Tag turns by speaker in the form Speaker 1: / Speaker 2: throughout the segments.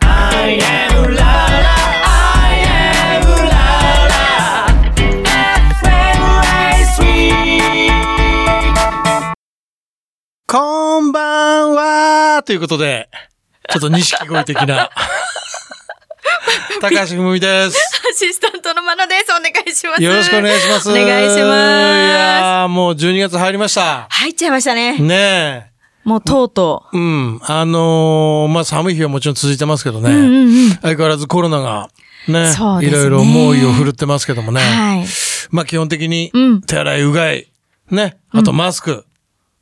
Speaker 1: I am la la I am la la FM
Speaker 2: こんばんはということで、ちょっと錦鯉的な、 高橋文美です。
Speaker 3: アシスタントのマナです。お願いします。
Speaker 2: よろしくお願いします。
Speaker 3: お願い
Speaker 2: い
Speaker 3: します。
Speaker 2: やーもう12月入りました。
Speaker 3: 入っちゃいましたね。
Speaker 2: ね
Speaker 3: もうとうと
Speaker 2: え。うん。あのーまあ、寒い日はもちろん続いてますけどね。
Speaker 3: う。うんうん。
Speaker 2: 相変わらずコロナが、ね
Speaker 3: そうですね
Speaker 2: いろいろ猛威を振るってますけどもね。
Speaker 3: はい。
Speaker 2: まあ、基本的に
Speaker 3: うん、
Speaker 2: 手洗い、うがい、ね。あと、マスク。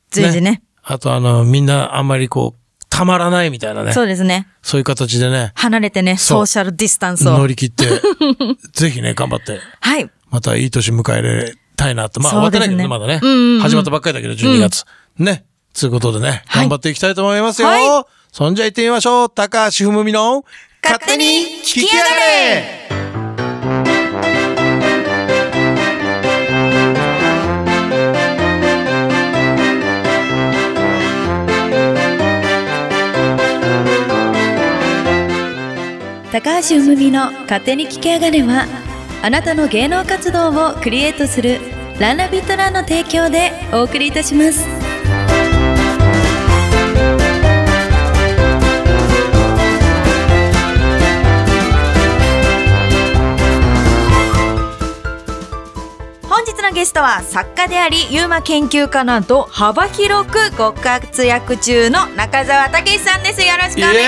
Speaker 3: 随時ね。
Speaker 2: あと、あの、みんなあんまりこう、たまらないみたいなね。
Speaker 3: そうですね。
Speaker 2: そういう形でね、
Speaker 3: 離れてね、
Speaker 2: そう
Speaker 3: ソーシャルディスタンス
Speaker 2: 乗
Speaker 3: を。
Speaker 2: り切っ て、ぜひね、頑張って、
Speaker 3: はい。
Speaker 2: またいい年迎えれたいなと。まあ、終
Speaker 3: そ
Speaker 2: わっ
Speaker 3: う
Speaker 2: てない
Speaker 3: です
Speaker 2: け
Speaker 3: ね
Speaker 2: どね、まだね
Speaker 3: うんうんう。ん
Speaker 2: 始まったばっかりだけど、12月。ね。ということでね、
Speaker 3: はい
Speaker 2: 頑張っていきたいと思いますよ
Speaker 3: は。
Speaker 2: そんじゃ行ってみましょう。高橋ふむみの、
Speaker 3: 勝手に聞きやがれ
Speaker 4: 高橋うむみの「勝手に聞き上がれは」あなたの芸能活動をクリエイトする「ランラビットラン」の提供でお送りいたします。
Speaker 3: 本日のゲストは作家であり、ユーマ研究家など幅広くご活躍中の中澤武さんです。よろしくお願いし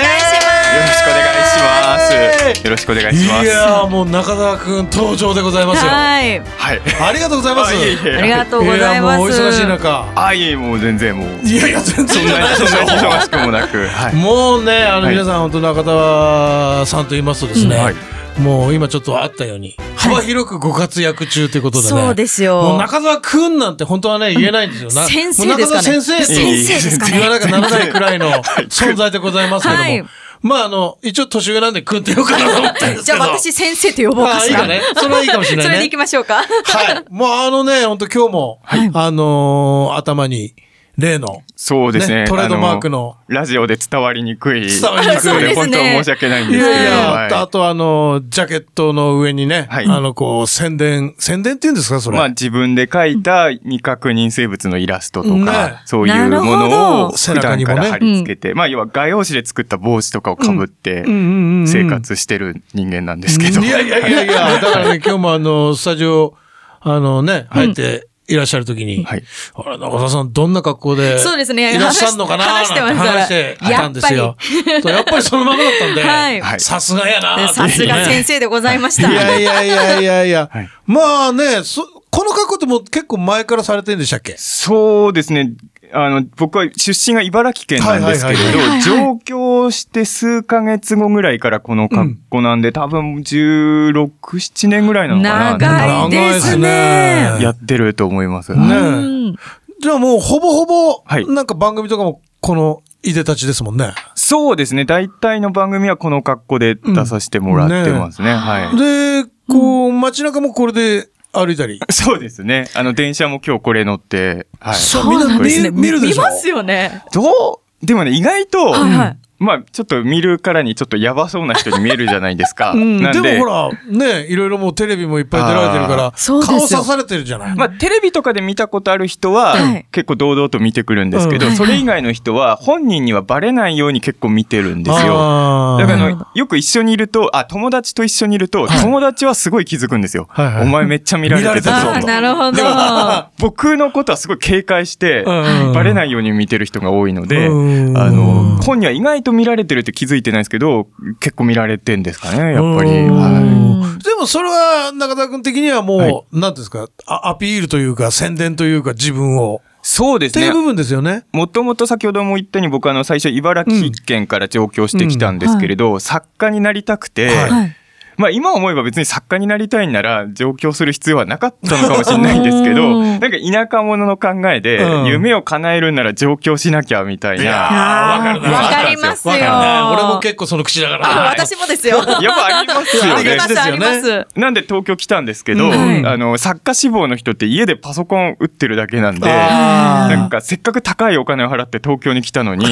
Speaker 5: よろしくお願いしま
Speaker 2: イエー
Speaker 5: す。よろしくお願いしま
Speaker 2: い
Speaker 5: す。
Speaker 2: やー、もう中澤くん登場でございま
Speaker 3: ます。
Speaker 2: すよ。あ
Speaker 3: はい。
Speaker 5: はい。
Speaker 2: りがとうございます。
Speaker 5: あいえい え
Speaker 3: ありがとうございます。
Speaker 2: やもうお忙しい中。
Speaker 5: あいえもう全然もう
Speaker 2: いやいや、全
Speaker 5: そん
Speaker 2: 然
Speaker 5: な
Speaker 2: ないです
Speaker 5: そ
Speaker 2: よ
Speaker 5: んな忙しくもなく、はい。
Speaker 2: もうね、あの
Speaker 5: はい
Speaker 2: 皆さん、本当中田さんと言いますとですね、
Speaker 5: うんはい
Speaker 2: もう今ちょっとあったように、幅広くご活躍中ということでね。
Speaker 3: そうですよ。
Speaker 2: もう中澤くんなんて本当はね、言えないんですよ。な
Speaker 3: 先生
Speaker 2: もう
Speaker 3: ですか
Speaker 2: 中
Speaker 3: ね
Speaker 2: 澤先生と
Speaker 3: 先生ですかね
Speaker 2: 言わなきゃならないくらいの存在でございますけども。
Speaker 3: はい
Speaker 2: まあ、あの、一応年上なんでくんって言おうかなと思ったんですけ
Speaker 3: じゃ
Speaker 2: ど。
Speaker 3: あ私先生と呼ぼうかしら。
Speaker 2: あいいかねそれはいいかもしれないね
Speaker 3: それで行きましょうか。
Speaker 2: はい。もうあのね、本当今日も、
Speaker 3: はい
Speaker 2: あのー頭に、例の、
Speaker 5: そうですね。
Speaker 2: ねトレードマークの
Speaker 5: あラジオで伝わりにくい。
Speaker 2: 伝わりにくい
Speaker 5: ことで本当申し訳ないん
Speaker 2: い
Speaker 5: ですけど。
Speaker 2: やいや、
Speaker 5: はい
Speaker 2: あとあの、ジャケットの上にね、
Speaker 5: はい
Speaker 2: あの、こう、宣伝、宣伝って言うんですか、それ。
Speaker 5: まあ自分で描いた未確認生物のイラストとか、
Speaker 2: ね
Speaker 5: そういうも
Speaker 3: なる
Speaker 5: の
Speaker 3: ほ
Speaker 5: を
Speaker 3: ど
Speaker 5: 普段から貼り付けて、まあ要は画用紙で作った帽子とかをかぶって
Speaker 2: うんうんうんうん
Speaker 5: 生活してる人間なんですけど。
Speaker 2: いやいやいやい や、だからね、今日もあの、スタジオ、あのね、入っていらっしゃるときに、
Speaker 5: はい
Speaker 2: あれ、中田さん、どんな格好で、
Speaker 3: そうですね
Speaker 2: いらっしゃるのかな
Speaker 3: 話し
Speaker 2: なんて話し
Speaker 3: 話し
Speaker 2: て
Speaker 3: てました
Speaker 2: たんですよ。そうやっぱりそのままだったんで、
Speaker 3: はい
Speaker 5: はい
Speaker 2: さすがやな
Speaker 3: で
Speaker 2: ーって
Speaker 3: さすが
Speaker 2: ね
Speaker 3: 先生でございました。
Speaker 2: いやいやいやいやいや
Speaker 5: はい。
Speaker 2: まあね、そこの格好ってもう結構前からされてるんでしたっけ
Speaker 5: そうですね。あの、僕は出身が茨城県なんですけれ
Speaker 2: はい
Speaker 3: はいはいはい
Speaker 5: ど、上京して数ヶ月後ぐらいからこの格好なんで、多分16、7年ぐらいなのかな。
Speaker 3: 長いで
Speaker 2: 長
Speaker 3: す
Speaker 2: い
Speaker 3: ね。
Speaker 5: やってると思います。
Speaker 2: ね
Speaker 3: うん
Speaker 2: じゃあもうほぼほぼ、
Speaker 5: はい
Speaker 2: なんか番組とかもこのいでたちですもんね。
Speaker 5: そうですね。大体の番組はこの格好で出させてもらってますね。はい。
Speaker 2: で、こう、街中もこれで歩いたり。
Speaker 5: そうですね。あの、電車も今日これ乗って、はい。
Speaker 2: そう
Speaker 3: そうなんですね。
Speaker 2: みんな見る見るでしょ
Speaker 3: ますよね。
Speaker 5: どうでもね、意外と、
Speaker 3: はいはい
Speaker 5: まあ、ちょっと見るからにちょっとやばそうな人に見えるじゃないですか。
Speaker 2: うん、
Speaker 5: なん
Speaker 2: でもほら、ね、いろいろもうテレビもいっぱい出られてるから、
Speaker 3: ーそう
Speaker 2: 顔
Speaker 3: ですよ
Speaker 2: 刺されてるじゃない。
Speaker 5: まあ、テレビとかで見たことある人は、
Speaker 3: はい
Speaker 5: 結構堂々と見てくるんですけど、
Speaker 2: うん
Speaker 5: それ以外の人は本人にはバレないように結構見てるんですよ。
Speaker 2: あー
Speaker 5: だからあ
Speaker 3: なるほ
Speaker 5: の、よく一緒にいると、あ、友達と一緒にいると、友達はすごい気づくんですよ。
Speaker 2: はいはい
Speaker 5: お前めっちゃ見られてた
Speaker 2: そう
Speaker 5: ぞ
Speaker 3: あ
Speaker 2: 見られ
Speaker 3: ー
Speaker 2: て
Speaker 5: と。
Speaker 3: なるほど。
Speaker 5: 僕のことはすごい警戒して、
Speaker 2: うん
Speaker 5: バレないように見てる人が多いので、あ
Speaker 2: うん
Speaker 5: の、本人は意外と見られてるって気づいてないですけど、結構見られてんですかね、やっぱり。
Speaker 2: うん
Speaker 5: はい
Speaker 2: でもそれは中田君的にはもう、
Speaker 5: は
Speaker 2: なん
Speaker 5: い
Speaker 2: てい、うんですかあアピールというか宣伝というか自分を。
Speaker 5: そうで
Speaker 2: っ
Speaker 5: す
Speaker 2: てい
Speaker 5: ね
Speaker 2: う。部分ですよね。
Speaker 5: もともと先ほども言ったように僕あの最初茨城県から上京してきたんですけれど、作家になりたくて、
Speaker 2: はい
Speaker 3: はい
Speaker 5: まあ今思えば別に作家になりたいなら上京する必要はなかったのかもしれないんですけど、
Speaker 3: うん
Speaker 5: なんか田舎者の考えで
Speaker 2: うん、
Speaker 5: 夢を叶えるんなら上京しなきゃみたい
Speaker 2: いや
Speaker 5: な。
Speaker 2: あーわかるな
Speaker 3: わかりますよ
Speaker 2: わかるな。俺も結構その口だから。
Speaker 3: あ私もですよ。
Speaker 5: やっぱあります よ
Speaker 2: あり
Speaker 5: ね
Speaker 2: が。ちですよね
Speaker 3: ありますあります
Speaker 5: なんで東京来たんですけど、
Speaker 2: うん
Speaker 5: あの、作家志望の人って家でパソコン打ってるだけなんで、
Speaker 2: あー
Speaker 5: なんかせっかく高いお金を払って東京に来た のに、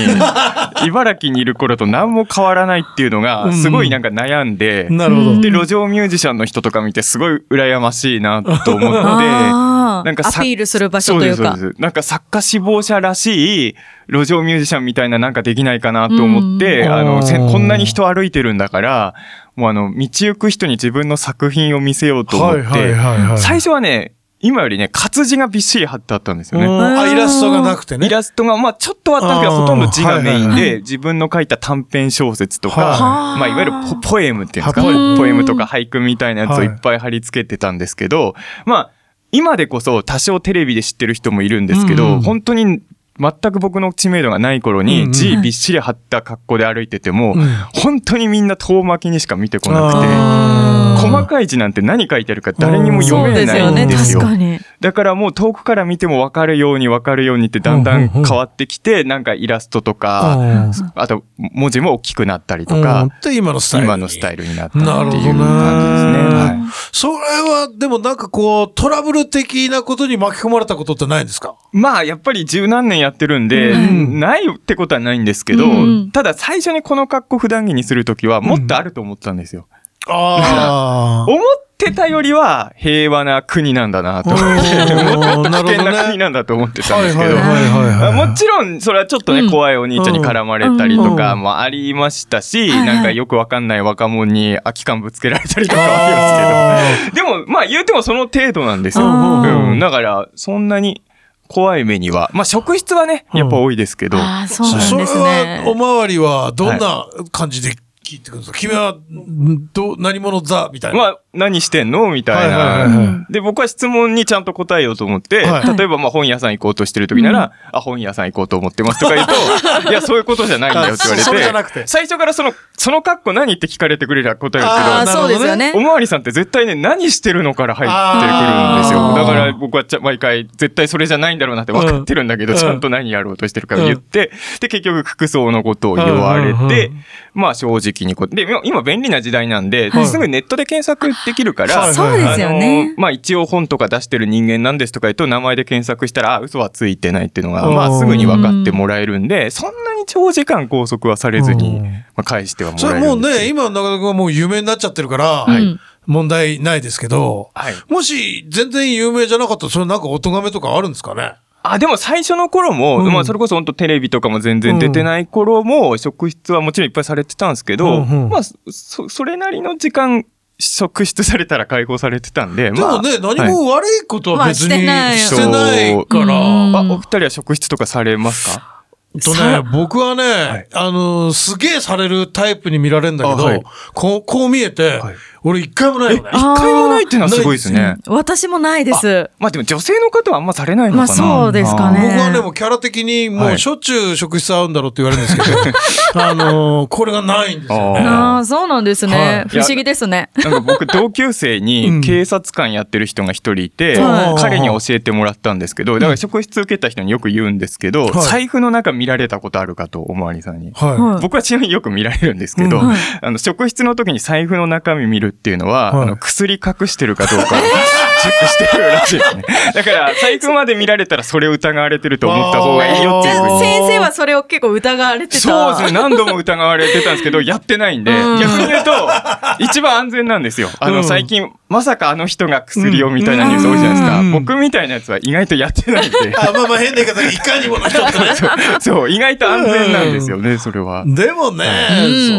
Speaker 5: 茨城にいる頃と何も変わらないっていうのが、すごいなんか悩んで、
Speaker 2: なるほど。
Speaker 5: で、路上ミュージシャンの人とか見てすごい羨ましいなと思って、
Speaker 3: あー
Speaker 5: なんか
Speaker 3: ア
Speaker 5: さ
Speaker 3: ピールする場
Speaker 5: そ
Speaker 3: 所
Speaker 5: う
Speaker 3: とい
Speaker 5: で
Speaker 3: う
Speaker 5: す、そう
Speaker 3: か。
Speaker 5: です。なんか作家志望者らしい路上ミュージシャンみたいななんかできないかなと思って、
Speaker 2: うん
Speaker 5: あの、せ
Speaker 2: あー
Speaker 5: こんなに人歩いてるんだから、もうあの、道行く人に自分の作品を見せようと思って、
Speaker 2: はいはいはいはい
Speaker 5: 最初はね、今よりね、活字がびっしり貼ってあったんですよね。
Speaker 2: うんあイラストがなくてね。
Speaker 5: イラストが、まあちょっとはあったんですけ
Speaker 2: あ
Speaker 5: ど、
Speaker 2: ー
Speaker 5: ほとんど字がメイン
Speaker 2: はい
Speaker 5: で、自分の書いた短編小説と
Speaker 2: は
Speaker 5: か、
Speaker 3: い
Speaker 5: まあいわゆるポポエムっていうんですか、
Speaker 2: は
Speaker 5: ポ
Speaker 2: い
Speaker 5: エムとか俳句みたいなやつをいっぱい貼り付けてたんですけど、まあ今でこそ多少テレビで知ってる人もいるんですけ
Speaker 2: うん
Speaker 5: ど、
Speaker 2: うん
Speaker 5: 本当に全く僕の知名度がない頃
Speaker 2: うんう
Speaker 5: に
Speaker 2: ん
Speaker 5: 字びっしり貼った格好で歩いてても
Speaker 2: うん、
Speaker 5: 本当にみんな遠巻きにしか見てこなくて、
Speaker 2: あー
Speaker 5: 細かい字なんて何書いてあるか誰にも
Speaker 3: そ
Speaker 5: 読
Speaker 3: う
Speaker 5: め
Speaker 3: で
Speaker 5: な
Speaker 3: す
Speaker 5: い
Speaker 3: よね、
Speaker 5: んです
Speaker 3: 確
Speaker 5: よ。
Speaker 3: かに。
Speaker 5: だからもう遠くから見ても分かるように分かるようにってだんだん変わってきて、なんかイラストとか、
Speaker 2: うん
Speaker 5: あと文字も大きくなったりとか、
Speaker 2: うんで今のスタイルに。
Speaker 5: 今のスタイルになったって
Speaker 2: なるほど
Speaker 5: い
Speaker 2: ね。
Speaker 5: う感じですね。はい
Speaker 2: それは、でもなんかこう、トラブル的なことに巻き込まれたことってないんですか
Speaker 5: まあやっぱり十何年やってるんで、
Speaker 2: ん
Speaker 5: ないってことはないんですけど、
Speaker 3: うん
Speaker 5: ただ最初にこの格好普段着にするときはもっとあると思ったんですよ。
Speaker 2: あ
Speaker 5: 思ってたよりは平和な国なんだなと思 って、
Speaker 2: うん
Speaker 5: もっと危険
Speaker 2: なるほど
Speaker 5: な
Speaker 2: ね
Speaker 5: 国なんだと思ってたん
Speaker 2: は
Speaker 5: で
Speaker 2: い
Speaker 5: す
Speaker 2: は
Speaker 5: け
Speaker 2: い
Speaker 5: ど、
Speaker 2: はいはいはい。
Speaker 5: もちろん、それはちょっとね、
Speaker 3: うん
Speaker 5: 怖いお兄ちゃんに絡まれたりとか
Speaker 2: うん
Speaker 5: もありましたし、
Speaker 3: はいはい
Speaker 5: なんかよくわかんない若者に空き缶ぶつけられたりとかはあ
Speaker 2: あ
Speaker 5: りますけど、でも、まあ言うてもその程度なんですよ。
Speaker 2: うんうんうん
Speaker 5: うんだから、そんなに怖い目には、まあ職質はね、
Speaker 2: うん
Speaker 5: やっぱ多いですけど、
Speaker 3: ああ、そう
Speaker 2: そ
Speaker 3: なん
Speaker 2: そ
Speaker 3: で
Speaker 2: れ
Speaker 3: すね
Speaker 2: は、。おまわりはどんな感じで聞いてくるんですか、君は、んど、何者だみたいな。
Speaker 5: まあ何してんのみたいな。
Speaker 2: はいはいはいはい
Speaker 5: で、僕は質問にちゃんと答えようと思って、
Speaker 2: はい
Speaker 5: 例えばまあ本屋さん行こうとしてる時なら、あ、本屋さん行こうと思ってますとか言う と、いや、そういうことじゃないんだよって言われ
Speaker 2: あ
Speaker 5: て、
Speaker 2: そうじゃなくて
Speaker 5: 最初からその、その格好何って聞かれてくれりゃ答えるけど、
Speaker 3: ああ、
Speaker 2: なる
Speaker 3: そ
Speaker 2: ほど
Speaker 3: う
Speaker 2: ね
Speaker 3: ですよね
Speaker 5: お。まわりさんって絶対ね、何してるのから入ってくる
Speaker 2: あ
Speaker 5: んで
Speaker 2: ー
Speaker 5: すよ。だから僕はちゃ毎回、絶対それじゃないんだろうなって分かってるんだけど、
Speaker 2: うん
Speaker 5: ちゃんと何やろうとしてるか言って、で、結局服装のことを言われ
Speaker 2: うんうんう
Speaker 5: て、まあ正直にこで、今今便利な時代なんで、
Speaker 2: はい
Speaker 5: すぐネットで検索できるから、
Speaker 2: はい
Speaker 3: そうですよね
Speaker 5: あの。まあ一応本とか出してる人間なんですとか言うと名前で検索したら、あ、嘘はついてないっていうのが、
Speaker 2: うん
Speaker 5: まあすぐに分かってもらえるんで、そんなに長時間拘束はされずに
Speaker 2: うん、
Speaker 5: まあ返してはも
Speaker 2: そ
Speaker 5: らえ
Speaker 2: れ
Speaker 5: る
Speaker 2: もうん
Speaker 5: です
Speaker 2: ね、
Speaker 5: けど。
Speaker 2: 今の中田君はもう有名になっちゃってるから、
Speaker 3: うん
Speaker 2: 問題ないですけど、
Speaker 5: はい
Speaker 2: もし全然有名じゃなかったら、それなんかお咎めとかあるんですかね
Speaker 5: あ、でも最初の頃も、
Speaker 2: うん
Speaker 5: まあそれこそ本当テレビとかも全然出てない頃も、職質はもちろんいっぱいされてたんですけ
Speaker 2: う
Speaker 5: ど、
Speaker 2: んうん
Speaker 5: まあそ、それなりの時間、職質されたら解放されてたん
Speaker 2: で
Speaker 5: で、
Speaker 2: も
Speaker 5: まあ。
Speaker 2: ね、
Speaker 5: は
Speaker 2: 何
Speaker 5: い
Speaker 2: も悪いことは別に
Speaker 3: まあしてない
Speaker 2: してないから、
Speaker 3: うん
Speaker 5: あ、お二人は職質とかされますか
Speaker 2: とね、僕はね、あのーすげえされるタイプに見られるんだけど、
Speaker 5: あはい
Speaker 2: こう、こう見えて、
Speaker 5: はい
Speaker 2: 俺一回もないよね。
Speaker 5: 一回もないっていうのはすごいですね。
Speaker 3: 私もないです。
Speaker 5: まあでも女性の方はあんまされないのかな。
Speaker 3: まあそうですか
Speaker 2: 僕
Speaker 3: ね
Speaker 2: はね、もうキャラ的に、も
Speaker 5: は
Speaker 2: う
Speaker 5: い
Speaker 2: しょっちゅう職質合うんだろうって言われるんですけ ど、あのーこれがないんですよ
Speaker 5: あ
Speaker 2: ね。
Speaker 5: ー
Speaker 3: ああ、そうなんです
Speaker 2: は
Speaker 3: ね
Speaker 2: い。
Speaker 3: 不思議ですね。
Speaker 5: あーなんか僕同級生
Speaker 2: うん
Speaker 5: に警察官やってる人が一人いて、
Speaker 2: はい
Speaker 5: 彼に教えてもらったんですけど、だから職質受けた人によく言うんですけど、
Speaker 2: はい
Speaker 5: 財布の中見られたことあるかと、おまわりさんに。
Speaker 2: は
Speaker 3: はい
Speaker 5: 僕はちなみによく見られるんですけど、
Speaker 2: うん
Speaker 3: はい
Speaker 5: あの、職質の時に財布の中身見るっていうのは、
Speaker 2: はい
Speaker 5: あの、薬隠してるかどうかをチェックしてるらしいですね。だから、財布まで見られたらそれを疑われてると思った方がいいよって
Speaker 3: じ
Speaker 5: いうふ
Speaker 3: ゃ
Speaker 5: う
Speaker 3: あ
Speaker 5: に。
Speaker 3: 先生はそれを結構疑われてた。
Speaker 5: そうですね。何度も疑われてたんですけど、やってないんで、
Speaker 3: うん
Speaker 5: 逆に言うと、一番安全なんですよ。あ
Speaker 2: う
Speaker 5: の、
Speaker 2: ん
Speaker 5: 最近、まさかあの人が薬をみたいなニュース多いじゃないですか。
Speaker 2: うん
Speaker 5: 僕みたいなやつは意外とやってないん で、
Speaker 2: い。あ、まあまあ変な言い方で、いかにもの人ってね。
Speaker 5: そう、意外と安全なんですよね、それは。
Speaker 2: でもね、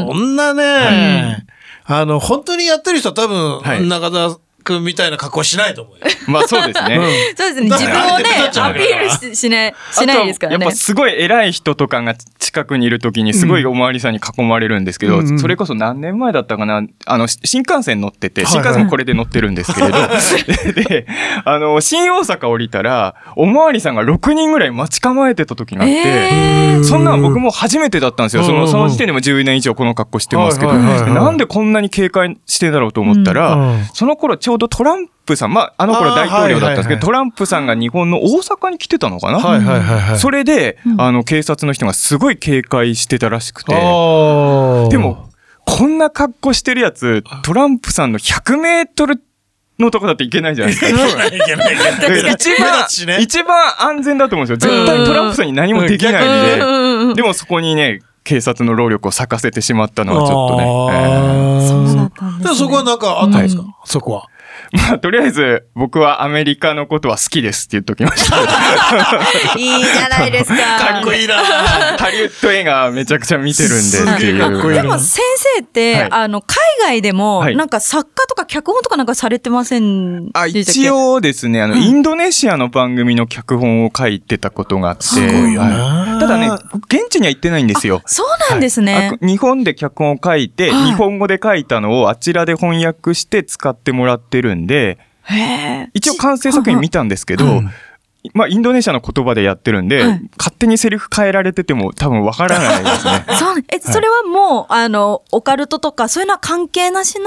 Speaker 2: そんなね、あの、本当にやってる人は多分、
Speaker 5: はい
Speaker 2: 中田君みたいな格好しないと 思うよ。
Speaker 5: まあそうですね。
Speaker 3: そう ですね。
Speaker 2: だっ
Speaker 3: 自
Speaker 2: て
Speaker 3: 分をね
Speaker 2: だっ、て
Speaker 3: アピールししない、しないですから
Speaker 5: あと
Speaker 3: ね
Speaker 5: やっぱ。すごい偉い人とかが近くにいる時にすごいおまわりさんに囲まれるんですけど、
Speaker 2: うんうん
Speaker 5: それこそ何年前だったかなあのし新幹線乗ってて
Speaker 2: はい
Speaker 5: 新幹線もこれで乗ってるんですけれど、 であの新大阪降りたらおまわりさんが6人ぐらい待ち構えてた時があって。
Speaker 3: え
Speaker 5: そんなん僕も初めてだったんですよ。そ
Speaker 2: うんうんう
Speaker 5: の、
Speaker 2: ん
Speaker 5: その時点でも10年以上この格好してますけど、
Speaker 2: はいはいはいはい
Speaker 5: なんでこんなに警戒してんだろうと思ったら、
Speaker 2: うん
Speaker 5: その頃ちょうどトランプさん、まあ、あの頃大統領だったん
Speaker 2: あーはい
Speaker 5: ですけど、
Speaker 2: はいはい
Speaker 5: トランプさんが日本の大阪に来てたのかな、
Speaker 2: はいはいはいはい。
Speaker 5: それで、あの、警察の人がすごい警戒してたらしくて、
Speaker 2: あー
Speaker 5: で も、こんな格好してるやつ、トランプさんの100メートルのとこだっていけないじゃないですか。
Speaker 2: いけないいけない
Speaker 5: で一
Speaker 2: 目
Speaker 5: 番
Speaker 2: 立つしね、
Speaker 5: 一番安全だと思うんですよ。絶対トランプさんに何もできないんで。でもそこにね、警察の労力を割かせてしまったのはちょっとね。えー
Speaker 2: あー
Speaker 3: そうだったんですね
Speaker 2: でそこはなんかあったんですか、
Speaker 3: うん
Speaker 2: そこは。
Speaker 5: まあ、とりあえず、僕はアメリカのことは好きですって言っときま した。
Speaker 3: いいじゃない ですか。
Speaker 2: かっこいいな。
Speaker 5: ハリウッド映画めちゃくちゃ見てるんで。
Speaker 2: すげえかっこいい
Speaker 3: で
Speaker 2: な
Speaker 3: も先生って、
Speaker 5: はい
Speaker 3: あの、海外でも、
Speaker 5: はい
Speaker 3: なんか作家とか脚本とかなんかされてませんでしたっ
Speaker 5: あ、
Speaker 3: け
Speaker 5: 一。応ですね、あの、インドネシアの番組の脚本を書いてたことがあって。はいただね、現地には行ってないんですよ。
Speaker 3: そうなんです
Speaker 5: あ
Speaker 3: ね。
Speaker 5: 日本で脚本を書いて、
Speaker 3: はい
Speaker 5: 日本語で書いたのをあちらで翻訳して使ってもらってるんで、
Speaker 3: へえ。
Speaker 5: 一応完成作品見たんですけ
Speaker 2: う
Speaker 5: ど
Speaker 2: ん、
Speaker 5: まあ、インドネシアの言葉でやってるんで、
Speaker 3: はい。
Speaker 5: 勝手にセリフ変えられてても多分わからないですね
Speaker 3: そう、え、それはもう、あの、オカルトとか、そういうのは関係なしの、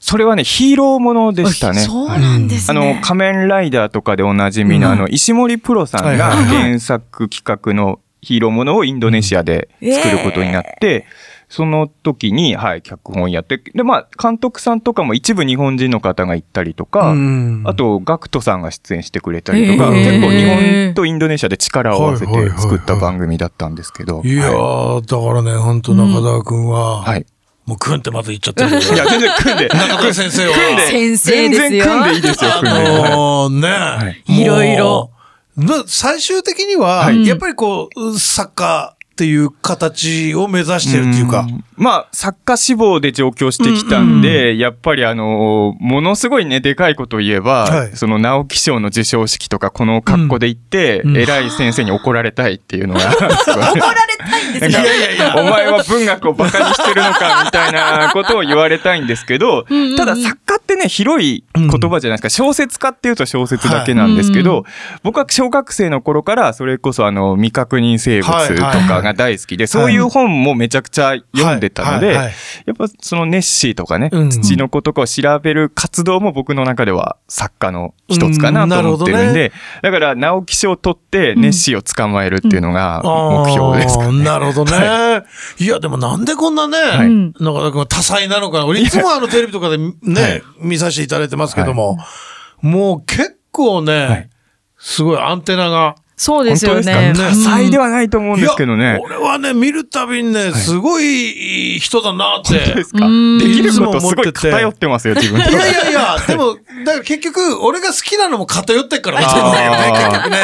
Speaker 5: それはね、ヒーローものでしたね。
Speaker 3: そうなんです
Speaker 5: あ
Speaker 3: ね
Speaker 5: の、。仮面ライダーとかでおなじみの、あの、石森プロさんが
Speaker 2: はいはい
Speaker 5: 原作企画のヒーローものをインドネシアで作ることになって、その時に、はい、脚本やって、で、まあ、監督さんとかも一部日本人の方が行ったりとか、
Speaker 2: うん
Speaker 5: あ、と、ガクトさんが出演してくれたりとか、
Speaker 2: へー
Speaker 5: 結構日本とインドネシアで力を合わせ
Speaker 2: はいはい
Speaker 5: て
Speaker 2: はいはい
Speaker 5: 作った番組だったんですけど。
Speaker 2: いやー、だからね、ほんと中田くんは、
Speaker 5: はい。
Speaker 2: もうくんってまた言っちゃってるけ
Speaker 5: い
Speaker 2: ど、
Speaker 5: や、全然組 んで。
Speaker 2: 中田先生は、
Speaker 5: 組んで。
Speaker 3: 先生ですよ
Speaker 5: 全然組んでいいですよ、
Speaker 2: あ
Speaker 5: 組んで。はい
Speaker 2: のーね、
Speaker 5: はい
Speaker 2: もう
Speaker 3: いろいろ。
Speaker 2: な最終的には、
Speaker 5: はい
Speaker 2: やっぱりこう、サッカーっていう形を目指してるっていうか、
Speaker 5: んまあ、作家志望で上京してきたんで、やっぱりあのーものすごいね、でかいこと言えば、
Speaker 2: はい
Speaker 5: その直木賞の授賞式とか、この格好で行って、
Speaker 2: んうん
Speaker 5: 偉い先生に怒られたいっていうのが、すご
Speaker 3: 怒
Speaker 5: い
Speaker 3: られたいんです
Speaker 5: なんかお前は文学をバカにしてるのかみたいなことを言われたいんですけど、ただ作家ってね、広い言葉じゃないですか。小説家っていうと小説だけなんですけど、僕は小学生の頃から、それこそあの、未確認生物とかが大好きで、そういう本もめちゃくちゃ読んでたの
Speaker 2: は
Speaker 5: で、
Speaker 2: いはいは
Speaker 5: や
Speaker 2: い
Speaker 5: っぱそのネッシーとかね、
Speaker 2: うん
Speaker 5: 土の子とかを調べる活動も僕の中では作家の一つか
Speaker 2: う
Speaker 5: なと思って
Speaker 2: んなる
Speaker 5: る
Speaker 2: ほど
Speaker 5: ん
Speaker 2: ね
Speaker 5: で、だから直木賞を取ってネッシーを捕まえるっていうのが目標ですか
Speaker 2: あ
Speaker 5: ね
Speaker 2: ーなるほどね。い、や、でもなんでこんなね、
Speaker 5: い
Speaker 2: 中田くんは多彩なのかな。俺いつもあのテレビとかでね、
Speaker 5: はい
Speaker 2: 見させていただいてますけども、もう結構ね、
Speaker 5: はい
Speaker 2: すごいアンテナが。
Speaker 3: そうですよね。
Speaker 5: 本当ですか多彩ではないと思うんですけど
Speaker 2: いや
Speaker 5: ね。
Speaker 2: 俺はね、見るたびにね、すごいいい人だなって。
Speaker 5: 本当ですか
Speaker 3: うん
Speaker 5: できることすごい偏ってますよ、自分
Speaker 2: いやい
Speaker 5: と。
Speaker 2: やいや、でも、だから結局、俺が好きなのも偏ってっからな、
Speaker 5: あ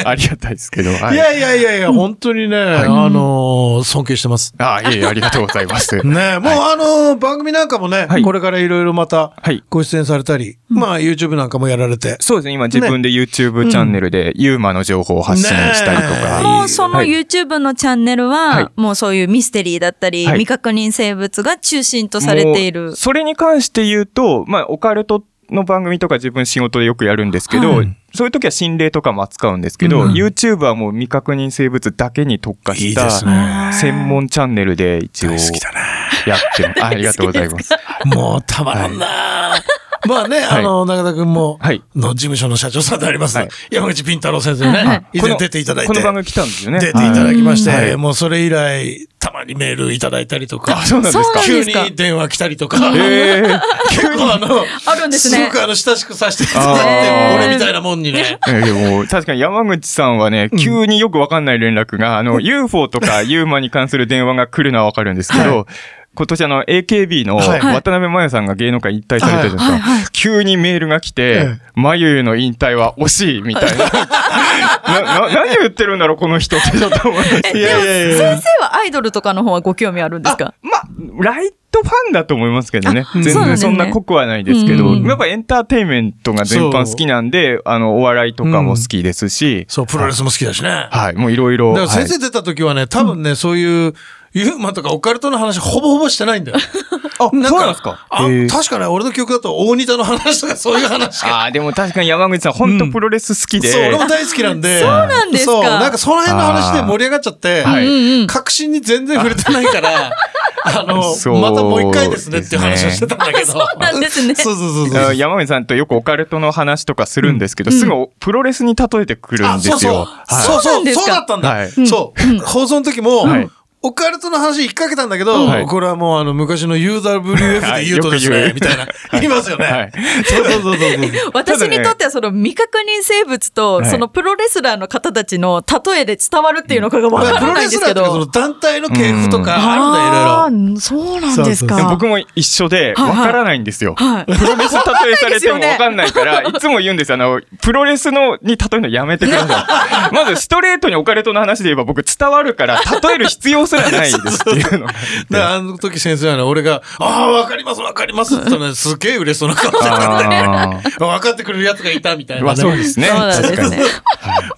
Speaker 5: ーありがたいですけど。はい
Speaker 2: いやいやいやいや、本当にね、あのー尊敬してます。
Speaker 5: あーいえいえ、ありがとうございます。
Speaker 2: ねえ、もうあのー、番組なんかもね、
Speaker 5: はい
Speaker 2: これからいろいろまた
Speaker 5: はい、
Speaker 2: ご出演されたり、まあ YouTube なんかもやられて。
Speaker 5: そうですね、今自分で YouTube チャンネルでユーマの情報を発信したりと
Speaker 2: ね
Speaker 5: か。
Speaker 3: もうその
Speaker 5: はい
Speaker 3: YouTube のチャンネル
Speaker 5: は、
Speaker 3: はいもうそういうミステリーだったり、
Speaker 5: はい
Speaker 3: 未確認生物が中心とされてい
Speaker 5: もう
Speaker 3: る。
Speaker 5: それに関して言うと、まあ、オカルトの番組とか自分仕事でよくやるんですけど、そういう時は心霊とかも扱うんですけど、YouTube はもう未確認生物だけに特化
Speaker 2: い
Speaker 5: し
Speaker 2: いですね
Speaker 5: た専門チャンネルで一応や
Speaker 2: 大
Speaker 5: っ
Speaker 2: 好きだな。
Speaker 5: てます。あありがとうございます。
Speaker 2: もうたまらんな。まあね、あの、中田くんも、
Speaker 5: はい
Speaker 2: の事務所の社長さんであります、
Speaker 5: はい
Speaker 2: 山口ピン太郎先生ね、以前出ていただいて。
Speaker 5: この番組来たんですよね。
Speaker 2: 出ていただきまして、
Speaker 5: はい
Speaker 2: もうそれ以来、たまにメールいただいたりとか、
Speaker 5: そうなんですか。
Speaker 2: 急
Speaker 3: ですか
Speaker 2: に電話来たりとか、
Speaker 5: えー
Speaker 2: 結構あの、
Speaker 3: あるんです
Speaker 2: す
Speaker 3: ね
Speaker 2: ご。くあの、親しくさせていただいて、
Speaker 5: あー
Speaker 2: 俺みたいなもんにね。
Speaker 5: えーでも 確かに山口さんはね、急によくわかんない連絡が、あの、UFO とかユーマに関する電話が来るのはわかるんですけど、今年あの AKB の
Speaker 2: は
Speaker 5: 渡
Speaker 2: い
Speaker 5: 辺真由さんが芸能界引退されてるんですか、
Speaker 3: はいはいはい
Speaker 5: 急にメールが来て
Speaker 2: え、
Speaker 5: 真由の引退は惜しいみたいななな。何言ってるんだろう、この人ってちょっと思いました
Speaker 2: いやいやいや
Speaker 3: 先生はアイドルとかの方はご興味あるんですか
Speaker 5: まあ、ライトファンだと思いますけどね。全
Speaker 3: そうなんで
Speaker 5: 然
Speaker 3: すね
Speaker 5: そんな濃くはないですけど、
Speaker 3: うん
Speaker 5: やっぱエンターテインメントが全般好きなんで、あの、お笑いとかも好きですし、
Speaker 2: そう、プロレスも好きだしね。
Speaker 5: はい、もういろいろ。
Speaker 2: だから先生
Speaker 5: は
Speaker 2: 出た時はね、多分ね、そういう、ユーマとかオカルトの話ほぼほぼしてないん だよ。あ、
Speaker 5: そうなんですか
Speaker 2: あ
Speaker 5: へえ
Speaker 2: 確かね、俺の記憶だと大仁田の話とかそういう話
Speaker 5: い、ああ、でも確かに山口さん、本当プロレス好きで。
Speaker 2: そう、俺も大好きなんで。
Speaker 3: そうなんですか
Speaker 2: そう、なんかその辺の話で盛り上がっちゃって、
Speaker 5: はい
Speaker 3: うんうん
Speaker 2: 確信に全然触れてないから、あ
Speaker 5: そ
Speaker 2: の、
Speaker 5: う
Speaker 2: またもう一回ですねっていう話をしてたんだけど。そう
Speaker 3: なんですね。
Speaker 2: そうそうそう
Speaker 5: あ山口さんとよくオカルトの話とかするんですけど、すぐプロレスに例えてくるん
Speaker 2: あ、
Speaker 5: で
Speaker 2: そ
Speaker 5: すよ。
Speaker 2: うそう。
Speaker 5: はい
Speaker 2: そう
Speaker 3: そうな
Speaker 2: そ
Speaker 3: ん
Speaker 2: う。
Speaker 3: ですか
Speaker 2: そうだったんだ。
Speaker 5: はい
Speaker 2: そう。放送の時も
Speaker 5: はい、
Speaker 2: オカルトの話引っ掛けたんだけど、
Speaker 5: はい
Speaker 2: これはもうあの昔の UWF で言うとです
Speaker 5: はいよ
Speaker 2: ね、
Speaker 5: く言う
Speaker 2: みたいな。言いますよ
Speaker 5: は
Speaker 2: ね
Speaker 5: い。
Speaker 2: そうそうそうそうそう。
Speaker 3: 私にとってはその未確認生物と
Speaker 5: はい
Speaker 3: そのプロレスラーの方たちの例えで伝わるっていうのかがわか
Speaker 2: プ
Speaker 3: ら
Speaker 2: ロ
Speaker 3: ない
Speaker 2: レ
Speaker 3: んで
Speaker 2: ス
Speaker 3: す
Speaker 2: ラー
Speaker 3: け
Speaker 2: とかその
Speaker 3: ど。
Speaker 2: 団体の系譜とかあるんだよ、いろいろ。
Speaker 3: あーそうなんです
Speaker 2: そうそう
Speaker 5: でも
Speaker 3: か。
Speaker 5: 僕も一緒で、
Speaker 3: はい
Speaker 5: わからないんですよ。
Speaker 3: はい。
Speaker 5: プロレス例えされてもわかんない から、
Speaker 3: わかんないですよね
Speaker 5: いつも言うんですよ。あの、プロレスのに例えるのやめてくださ い。まずストレートにオカルトの話で言えば僕伝わるから、例える必要すらないですっていうの
Speaker 2: だ
Speaker 5: が。
Speaker 2: からあの時先生はね、俺が、ああ、わかります、わかりますって言ったのに、すげえ嬉しそうな顔してたんだよ
Speaker 5: あ
Speaker 2: 分かってくれるやつがいたみたい
Speaker 5: ー
Speaker 2: な
Speaker 5: まあ
Speaker 2: ね。
Speaker 5: そうですね。
Speaker 3: そうなん
Speaker 5: 確
Speaker 3: で
Speaker 5: か
Speaker 3: す
Speaker 5: に。
Speaker 3: ね。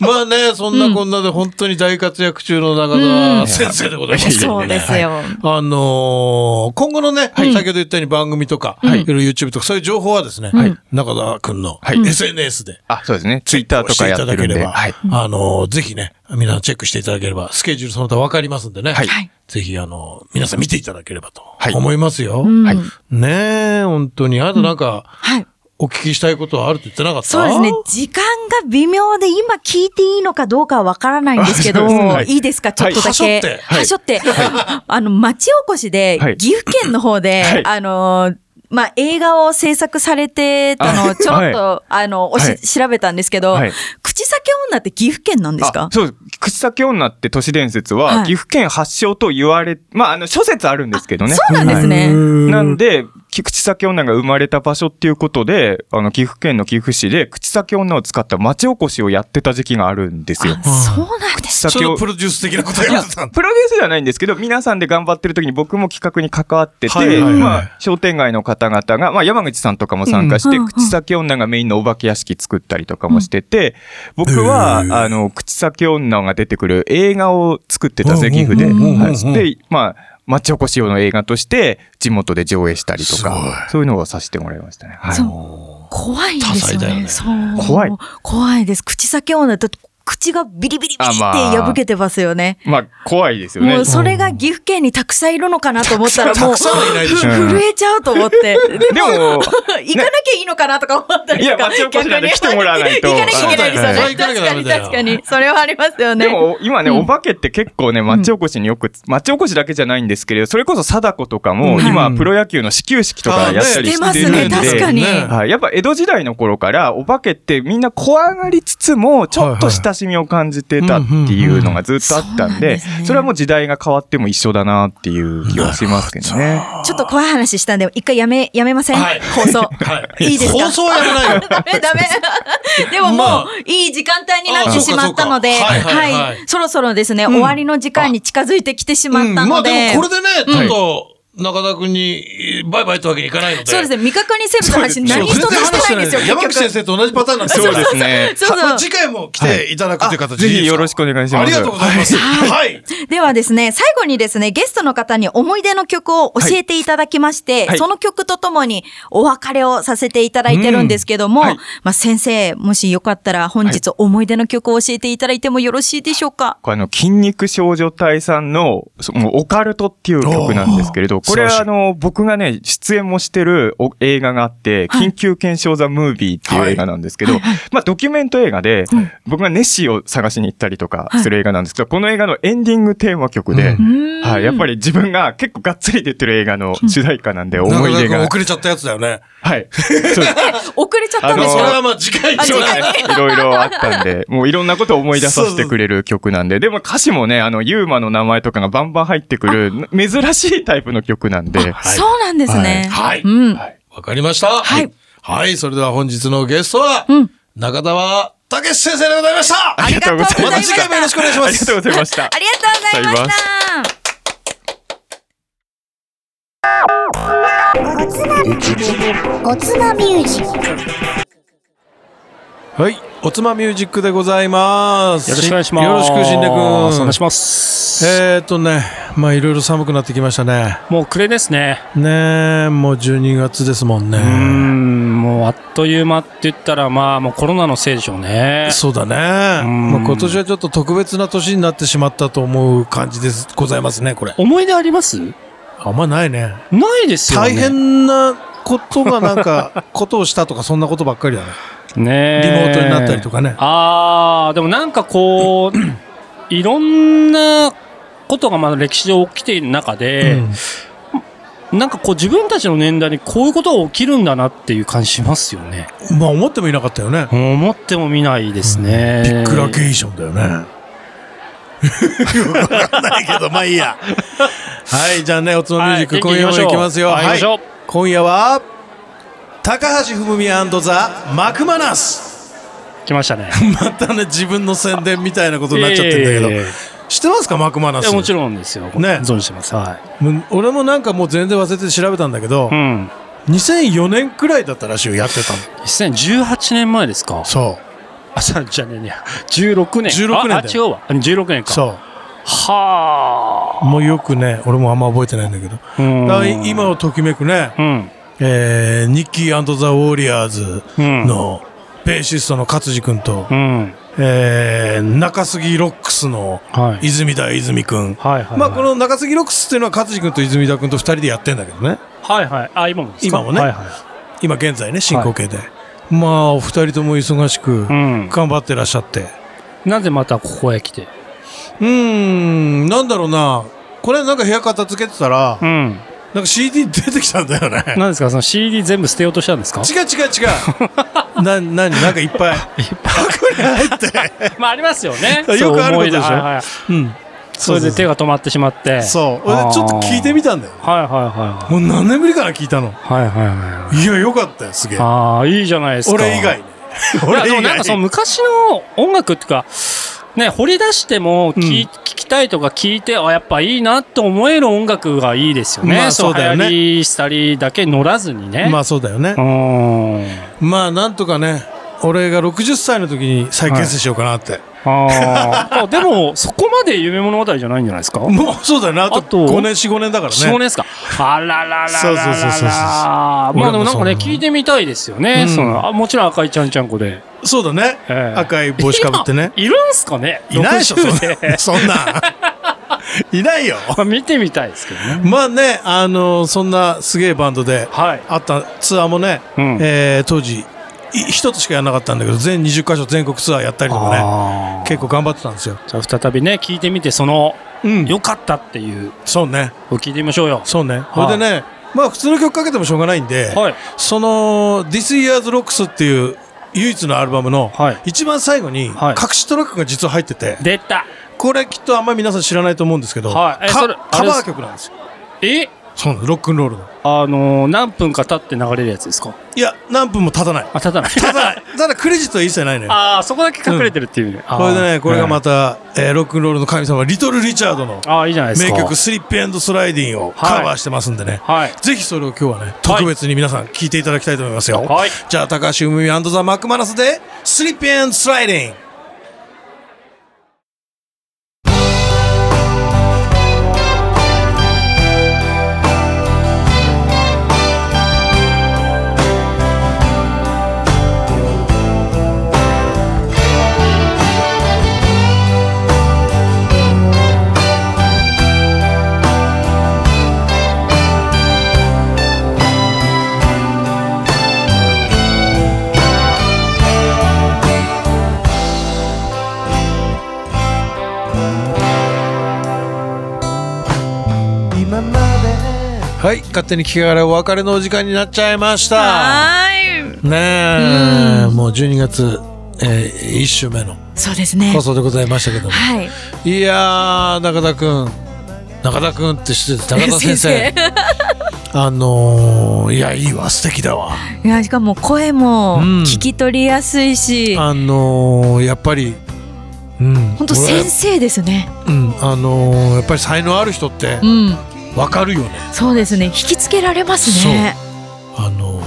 Speaker 2: まあね、そんなこんなで本当に大活躍中の中
Speaker 3: う
Speaker 2: 田
Speaker 3: ん
Speaker 2: 先生でございます。
Speaker 3: そうですよ。
Speaker 2: あのー今後のね、先ほど言ったように番組とか、い、ろいろ YouTube とか、そういう情報はですね、中田くんの
Speaker 5: はい
Speaker 2: SNS で、
Speaker 5: あ、そうですね。ツイッターとかやってるん
Speaker 2: していただけれ
Speaker 5: で。
Speaker 2: ば、
Speaker 5: はい。
Speaker 2: あのーぜひね、皆さんチェックしていただければ、スケジュールその他わかりますんでね、
Speaker 5: はい
Speaker 2: ぜひ、あのー皆さん見ていただければと
Speaker 5: はい
Speaker 2: 思いますよ。
Speaker 5: はい。
Speaker 2: ねえ、本当に。あとなんか、
Speaker 3: はい。
Speaker 2: お聞きしたいことはあるって言ってなかった
Speaker 3: そうですね。時間が微妙で今聞いていいのかどうかはわからないんですけど、
Speaker 5: あそうですねはい
Speaker 3: いいですかちょっと
Speaker 2: は
Speaker 3: だ
Speaker 2: い
Speaker 3: け。
Speaker 2: は
Speaker 3: はしょって。 あの、町おこしで
Speaker 5: はい、
Speaker 3: 岐阜県の方で、
Speaker 5: はい
Speaker 3: あのー、まあ、映画を制作されてたのを
Speaker 5: あ
Speaker 3: ちょっと、
Speaker 5: は
Speaker 3: あの、おし、
Speaker 5: はい
Speaker 3: 調べたんですけど、
Speaker 5: はい
Speaker 3: 口先女って岐阜県なんですか
Speaker 5: あそうです。口先女って都市伝説
Speaker 3: はい
Speaker 5: は、岐阜県発祥と言われ、まあ、あの、諸説あるんですけどね。
Speaker 3: そうなんですね。
Speaker 5: なんで、き口先女が生まれた場所っていうことで、あの、岐阜県の岐阜市で、口先女を使った町おこしをやってた時期があるんですよ。
Speaker 3: そうなんです。
Speaker 2: そ
Speaker 5: 口先
Speaker 2: れ
Speaker 5: を
Speaker 2: のプロデュース的なこと
Speaker 5: い
Speaker 2: や
Speaker 5: や
Speaker 2: ってたんだ。
Speaker 5: プロデュースではないんですけど、皆さんで頑張ってる時に僕も企画に関わってて、
Speaker 2: はいはいはい
Speaker 5: まあ、商店街の方々が、まあ、山口さんとかも参加して、
Speaker 3: うん
Speaker 5: 口先女がメインのお化け屋敷作ったりとかもしてて、僕は、
Speaker 2: へー
Speaker 5: あの、口先女が出てくる映画を作ってたぜ、
Speaker 2: うん
Speaker 5: 岐阜で。
Speaker 2: うんうん
Speaker 5: はい
Speaker 2: うん
Speaker 5: で、まあ、町おこし用の映画として、地元で上映したりと
Speaker 2: すごい
Speaker 5: か、そういうのをさせてもらいましたね。はい。
Speaker 3: そう。怖いんです
Speaker 2: 多彩
Speaker 3: よ
Speaker 2: だよ
Speaker 3: ね。
Speaker 2: ね
Speaker 3: そう。
Speaker 5: 怖い。
Speaker 3: 怖いです。口先女だと、口がビリビリビリって
Speaker 5: あまあ
Speaker 3: 破けてますよね。
Speaker 5: まあ、怖いですよね。
Speaker 3: もうそれが岐阜県にたくさんいるのかなと思ったら、もう、
Speaker 2: たくさんはいないでしょ
Speaker 5: うん
Speaker 3: 震えちゃうと思って。で
Speaker 5: でも、
Speaker 3: 行かなきゃいいのかなとか思ったりとか。
Speaker 5: いや町おこしなん
Speaker 3: 逆
Speaker 5: で
Speaker 3: に
Speaker 5: 来てもらわないと
Speaker 3: 行かなきゃいけないですよね。
Speaker 2: そうだよねそれは行かなき
Speaker 3: 確かに
Speaker 2: ゃダメだよ
Speaker 3: 確かに。それはありますよね。
Speaker 5: でも、今ね、お化けって結構ね、町おこしによく、町おこしだけじゃないんですけれど、それこそ貞子とかも、
Speaker 2: うん
Speaker 5: 今、プロ野球の始球式とかやったり
Speaker 3: あ
Speaker 5: し
Speaker 3: ね
Speaker 5: てるん
Speaker 3: してますね確か
Speaker 5: で、
Speaker 3: に
Speaker 5: はい、やっぱ江戸時代の頃から、お化けってみんな怖がりつつも、ちょっと親しみを感じてたっていうのがずっとあった
Speaker 3: は
Speaker 5: ん
Speaker 3: いはいうんうんうんそうなんで
Speaker 5: で
Speaker 3: すね、
Speaker 5: それはもう時代が変わっても一緒だなっていう気はしますけどね。
Speaker 3: ちょっと怖い話したんで、一回やめ、やめません、
Speaker 2: はい
Speaker 3: 放送。
Speaker 2: はい
Speaker 3: いいですか
Speaker 2: 放送はやめないよ。
Speaker 3: ダ メダメ。でももう、
Speaker 2: まあ
Speaker 3: いい時間帯になっ
Speaker 2: あ
Speaker 3: て
Speaker 2: そうか
Speaker 3: しまったので、
Speaker 2: そうかはいはいはい
Speaker 3: そろそろですね、終わりの時間に近づいてきてしま
Speaker 2: う
Speaker 3: っ
Speaker 2: ん
Speaker 3: た
Speaker 2: ま
Speaker 3: の
Speaker 2: あ
Speaker 3: で。
Speaker 2: でもこれで
Speaker 5: う
Speaker 2: ね、
Speaker 5: ん
Speaker 2: ちょっと中田くんにバイバイってわけにいかないので。
Speaker 3: そうですね、未確認生物の話何一つ
Speaker 2: 全然話
Speaker 3: してないんですよ、
Speaker 2: 山口
Speaker 3: 結
Speaker 2: 先
Speaker 3: 局。
Speaker 2: 生と同じパターンなんです
Speaker 5: そう
Speaker 2: よ。
Speaker 5: ですね。
Speaker 3: そう
Speaker 2: ま
Speaker 3: そ
Speaker 2: あ
Speaker 3: う。
Speaker 2: 次回も来ていただくという形で
Speaker 5: ぜ
Speaker 2: いいですか
Speaker 5: ひよろしくお願いします。
Speaker 2: ありがとうございます。はい。
Speaker 3: ではですね、最後にですね、ゲストの方に思い出の曲を教えていただきまして、
Speaker 5: はい
Speaker 3: その曲とともにお別れをさせていただいてるんですけども、
Speaker 5: うんはい
Speaker 3: まあ先生、もしよかったら本日思い出の曲を教えていただいてもよろしいでしょうか、
Speaker 5: これあの、筋肉少女隊さんの、そもうオカルトっていう曲なんですけれど、これはあの、僕がね、前出演もしてるお映画があって、緊急検証ザ・ムービーっていう映画なんですけど、まあドキュメント映画で、僕がネッシーを探しに行ったりとかする映画なんですけど、この映画のエンディングテーマ曲で、はい、やっぱり自分が結構がっつり出てる映画の主題歌なんで思い出
Speaker 2: 中田君
Speaker 5: が。
Speaker 2: 遅れちゃったやつだよね。
Speaker 5: はい。そうです
Speaker 3: 遅れちゃったんでし
Speaker 5: あ
Speaker 2: そ
Speaker 5: の
Speaker 2: れ
Speaker 3: ょ
Speaker 2: はまあ次回
Speaker 3: あ
Speaker 2: 以上
Speaker 5: そう
Speaker 3: 次
Speaker 5: で
Speaker 3: 回
Speaker 5: すね。いろいろあったんで、もういろんなことを思い出させてくれる曲なんで、でも歌詞もね、あの、ユーマの名前とかがバンバン入ってくる、珍しいタイプの曲なんで、
Speaker 2: はい
Speaker 3: そうなんですね。
Speaker 2: はい。
Speaker 3: うん。。
Speaker 2: わかりました。はいはい。それでは本日のゲストは、中田はたけし先生でございました。
Speaker 5: ありがとうございました
Speaker 2: また次回もよろしくお願いしま
Speaker 5: あ
Speaker 2: す。
Speaker 5: りがとうございました
Speaker 3: あ。りがとうございました。
Speaker 6: おつまミュージック
Speaker 2: はい。おつまミュージックでございます。
Speaker 7: よろしくお願いします。
Speaker 2: よろしく、しんでくん。
Speaker 7: お願いします。
Speaker 2: えーっとね、まあいろいろ寒くなってきましたね。
Speaker 7: もう暮れですね。
Speaker 2: ねえ、もう12月ですもん
Speaker 7: う
Speaker 2: ね。
Speaker 7: ーん、もうあっという間って言ったら、まあもうコロナのせいでしょうね。
Speaker 2: そうだね。
Speaker 7: うん
Speaker 2: まあ、今年はちょっと特別な年になってしまったと思う感じです、ございますね、これ。
Speaker 7: 思い出あります
Speaker 2: あんまないね。
Speaker 7: ないですよね。
Speaker 2: 大変なことがなん か、ことをしたとかそんなことばっかりだね。
Speaker 7: ね
Speaker 2: リモートになったりとかね。
Speaker 7: あー、でもなんかこう、 いろんなことがまだ歴史上起きている中で、
Speaker 2: うん
Speaker 7: なんかこう自分たちの年代にこういうことが起きるんだなっていう感じしますよね。
Speaker 2: まあ思ってもいなかったよね。
Speaker 7: 思っても見ないですね。
Speaker 2: ビックラケーションだよね。 よくわかんないけど、まあいいや。はい、じゃあね、おつまみミュージック、
Speaker 7: はい
Speaker 2: 今夜も行きますよ。
Speaker 7: 元気に行きましょ
Speaker 2: は
Speaker 7: う
Speaker 2: い
Speaker 7: 行きま
Speaker 2: 今夜は、高橋文美ザ・マクマナス。
Speaker 7: 来ましたね。
Speaker 2: またね、自分の宣伝みたいなことになっちゃってんだけど。
Speaker 7: ええ
Speaker 2: 知ってますか、マクマナ
Speaker 7: い
Speaker 2: ス。
Speaker 7: やもちろんですよ。
Speaker 2: ね
Speaker 7: 存じてます。はい。
Speaker 2: もう俺もなんかもう全然忘れて調べたんだけど、
Speaker 7: うん。
Speaker 2: 2004年くらいだったらしいよ、やってたの。
Speaker 7: 2018年前ですか。
Speaker 2: そ
Speaker 7: あ、さじゃねえね16年。
Speaker 2: 16年だよ
Speaker 7: あ、あ違うわ。あ16年
Speaker 2: う。
Speaker 7: か。
Speaker 2: そ
Speaker 7: は
Speaker 2: う。もうよくね、俺もあんま覚えてないんだけど。
Speaker 7: あ。うん
Speaker 2: だから今。をときめくね、
Speaker 7: うん。
Speaker 2: えー、ニッキーザ・ウォリアーズ
Speaker 7: うん。
Speaker 2: のベーシストの勝地君と、
Speaker 7: うん。
Speaker 2: えー、中杉ロックスの
Speaker 7: はい。
Speaker 2: 泉田泉君。
Speaker 7: はいはい。
Speaker 2: まあこ。の中杉ロックスっていうのは勝地君と泉田君と二人でやってんだけどね。
Speaker 7: はいはい。あ、今もですか
Speaker 2: 今もね
Speaker 7: はいはい。
Speaker 2: 今現在ね、進行形で。まあお二人とも忙しく
Speaker 7: うん。
Speaker 2: 頑張ってらっしゃって。
Speaker 7: なぜまたここへ来て。
Speaker 2: うーん、なんだろうな。これなんか部屋片付けてたら、
Speaker 7: うん。
Speaker 2: なんか CD 出てきたんだよね。
Speaker 7: なんですかその CD 全部捨てようとした んですか
Speaker 2: 違う違う違う。な、 なに、 なんかいっぱい。。
Speaker 7: まあありますよね
Speaker 2: よくあることでしょ
Speaker 7: そう思い出はいは
Speaker 2: う
Speaker 7: い
Speaker 2: ん。
Speaker 7: それで手が止まってしまって。
Speaker 2: そう。俺
Speaker 7: あー
Speaker 2: ちょっと聞いてみたんだよ。
Speaker 7: はいはいは
Speaker 2: もう何年ぶりかな聞いたの。
Speaker 7: い。はいはいはい。
Speaker 2: いや、よかったよ、すげえ。
Speaker 7: ああ、いいじゃないですか。
Speaker 2: 俺以外ね。
Speaker 7: い
Speaker 2: 俺
Speaker 7: やでも
Speaker 2: 以
Speaker 7: なんかその
Speaker 2: 外。
Speaker 7: 昔の音楽っていうか、ね、掘り出しても聞,、
Speaker 2: うん
Speaker 7: 聞きたいとか聞いて、あ、やっぱいいなって思える音楽がいいですよね。
Speaker 2: まあそうだよね
Speaker 7: 流行りしたりだけ乗らずにね。
Speaker 2: まあそうだよね
Speaker 7: う。ーん。
Speaker 2: まあなんとかね、俺が60歳の時に再結成しようかなって。
Speaker 7: あ ーあ。でも、そこまで夢物語じゃないんじゃないですか
Speaker 2: もうそうだよね。あと
Speaker 7: あと
Speaker 2: 5年、4、5年だから
Speaker 7: 4、5年
Speaker 2: ね。
Speaker 7: ですか。あらららららら。
Speaker 2: そうそうそうそうそう
Speaker 7: まあで
Speaker 2: 俺
Speaker 7: もなんかね、
Speaker 2: もそう
Speaker 7: 聞いてみたいですよね。
Speaker 2: うん
Speaker 7: そのあもちろん赤いちゃんちゃんこで。
Speaker 2: そうだね。
Speaker 7: ええ
Speaker 2: 赤い帽子かぶってね。
Speaker 7: いるんすかね
Speaker 2: いないでしょ、
Speaker 7: 60で
Speaker 2: そんな。そんないないよ。
Speaker 7: まあ見てみたいですけどね。
Speaker 2: まあね、あのそんなすげえバンドで、
Speaker 7: はい。
Speaker 2: あったツアーもね、
Speaker 7: うん
Speaker 2: えー当時、い一つしかやらなかったんだけど、全20カ所全国ツアーやったりとかね、
Speaker 7: あー
Speaker 2: 結構頑張ってたんですよ。
Speaker 7: じゃあ再びね聞いてみてその
Speaker 2: うん。
Speaker 7: 良かったっていう
Speaker 2: そうね。
Speaker 7: を聞いてみましょうよ。
Speaker 2: そうね。そ
Speaker 7: は
Speaker 2: れ
Speaker 7: い
Speaker 2: でね、まあ普通の曲かけてもしょうがないんで、
Speaker 7: はい
Speaker 2: その、This Year's Rocks っていう唯一のアルバムの、
Speaker 7: はい
Speaker 2: 一番最後に隠
Speaker 7: はい
Speaker 2: しトラックが実は入ってて、
Speaker 7: 出た
Speaker 2: これきっとあんまり皆さん知らないと思うんですけど、
Speaker 7: はいえ
Speaker 2: か
Speaker 7: それ
Speaker 2: カバー曲なんですよ。
Speaker 7: え
Speaker 2: そうなんですロックンロールの。
Speaker 7: あのー、何分か経って流れるやつですか
Speaker 2: いや、何分も経たない。
Speaker 7: あ経たない。
Speaker 2: た だ、ただクレジットは一切ないのよ。
Speaker 7: ああそこだけ隠れてるっていうね。あー
Speaker 2: これでね、これがまた、えーロックンロールの神様、リトル・リチャードの
Speaker 7: ああいいじゃないです
Speaker 2: 名
Speaker 7: か。
Speaker 2: 曲、スリップ・エンド・スライディンを
Speaker 7: はい
Speaker 2: カバーしてますんでね、
Speaker 7: はい
Speaker 2: ぜひそれを今日はね、特別に皆さん聴いていただきたいと思いますよ。
Speaker 7: はい
Speaker 2: じゃあ、高橋海美ザ・マクマナスで、スリップ・エンド・スライディン。
Speaker 8: 「
Speaker 2: はい、勝手に聞きながらお別れのお時間になっちゃいました。
Speaker 3: はーい。
Speaker 2: ねえ、もう12月、えー、1週目の
Speaker 3: そうですね
Speaker 2: 放。送でございましたけども。
Speaker 3: はい。
Speaker 2: いやー、中田くん。中田くんって知ってた中田先生。あのー、いや、いいわ、素敵だわ。
Speaker 3: いやしかも声も
Speaker 2: うん
Speaker 3: 聞き取りやすいし、
Speaker 2: あのー、やっぱり、うん。
Speaker 3: 本当
Speaker 2: 俺
Speaker 3: 先生ですね。
Speaker 2: うん、あのー、やっぱり才能ある人って
Speaker 3: うん。
Speaker 2: わかるよね。
Speaker 3: そうですね。引きつけられますね。
Speaker 2: あの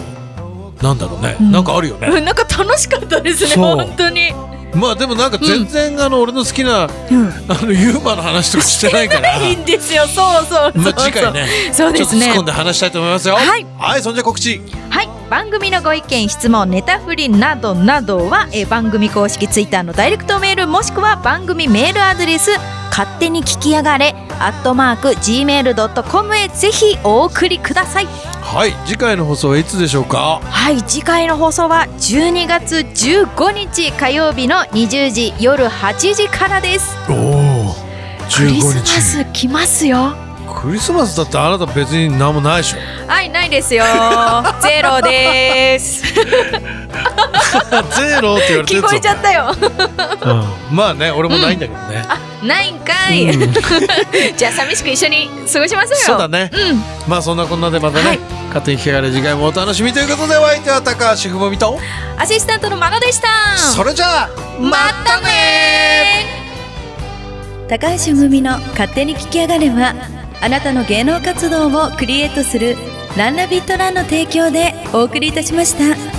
Speaker 2: ー、なんだろうね、
Speaker 3: うん
Speaker 2: なんかあるよね。
Speaker 3: うんなんか楽しかったですね。
Speaker 2: そう
Speaker 3: 本当に。
Speaker 2: まあでもなんか全然あの俺の好きな、
Speaker 3: うん
Speaker 2: あのユーマの話とかしてないから。
Speaker 3: いいんですよ。 そうそうそ
Speaker 2: ま
Speaker 3: うそ
Speaker 2: あ
Speaker 3: う。
Speaker 2: 次回ね、
Speaker 3: そう
Speaker 2: ち
Speaker 3: で
Speaker 2: ょっと突
Speaker 3: すね
Speaker 2: っ込んで話したいと思いますよ。
Speaker 3: はい、
Speaker 2: そんじゃ告知。
Speaker 3: はい番組のご意見質問ネタフリなどなどは、えー番組公式ツイッターのダイレクトメールもしくは番組メールアドレス勝手に聞きやがれアットマーク gmail.com へぜひお送りください
Speaker 2: はい、次回の放送はいつでしょうか。
Speaker 3: はい次回の放送は12月15日火曜日の20時夜8時からです
Speaker 2: おお、
Speaker 3: ク
Speaker 2: 十
Speaker 3: リ
Speaker 2: 五
Speaker 3: スマ
Speaker 2: 日。
Speaker 3: ス来ますよ
Speaker 2: クリスマスだってあなた別に何もないでし ょ。
Speaker 3: はいないで すよゼロです
Speaker 2: ゼロって言われて
Speaker 3: 聞
Speaker 2: る
Speaker 3: こえちゃったよ
Speaker 2: うんまあね、俺もないんだけどね。
Speaker 3: ないんかい、
Speaker 2: うん
Speaker 3: じゃあ寂しく一緒に過ごしましょうよ
Speaker 2: そうだね。
Speaker 3: うん
Speaker 2: まあそんなこんなでまたね、
Speaker 3: はい
Speaker 2: 勝手に聞かれる次回もお楽しみということで、お相手は高橋ふもみと。
Speaker 3: アシスタントのマナでした
Speaker 2: それじゃあ。
Speaker 3: またね
Speaker 4: 高橋むみの勝手に聞きやがれはあなたの芸能活動をクリエイトするランナビットランの提供でお送りいたしました。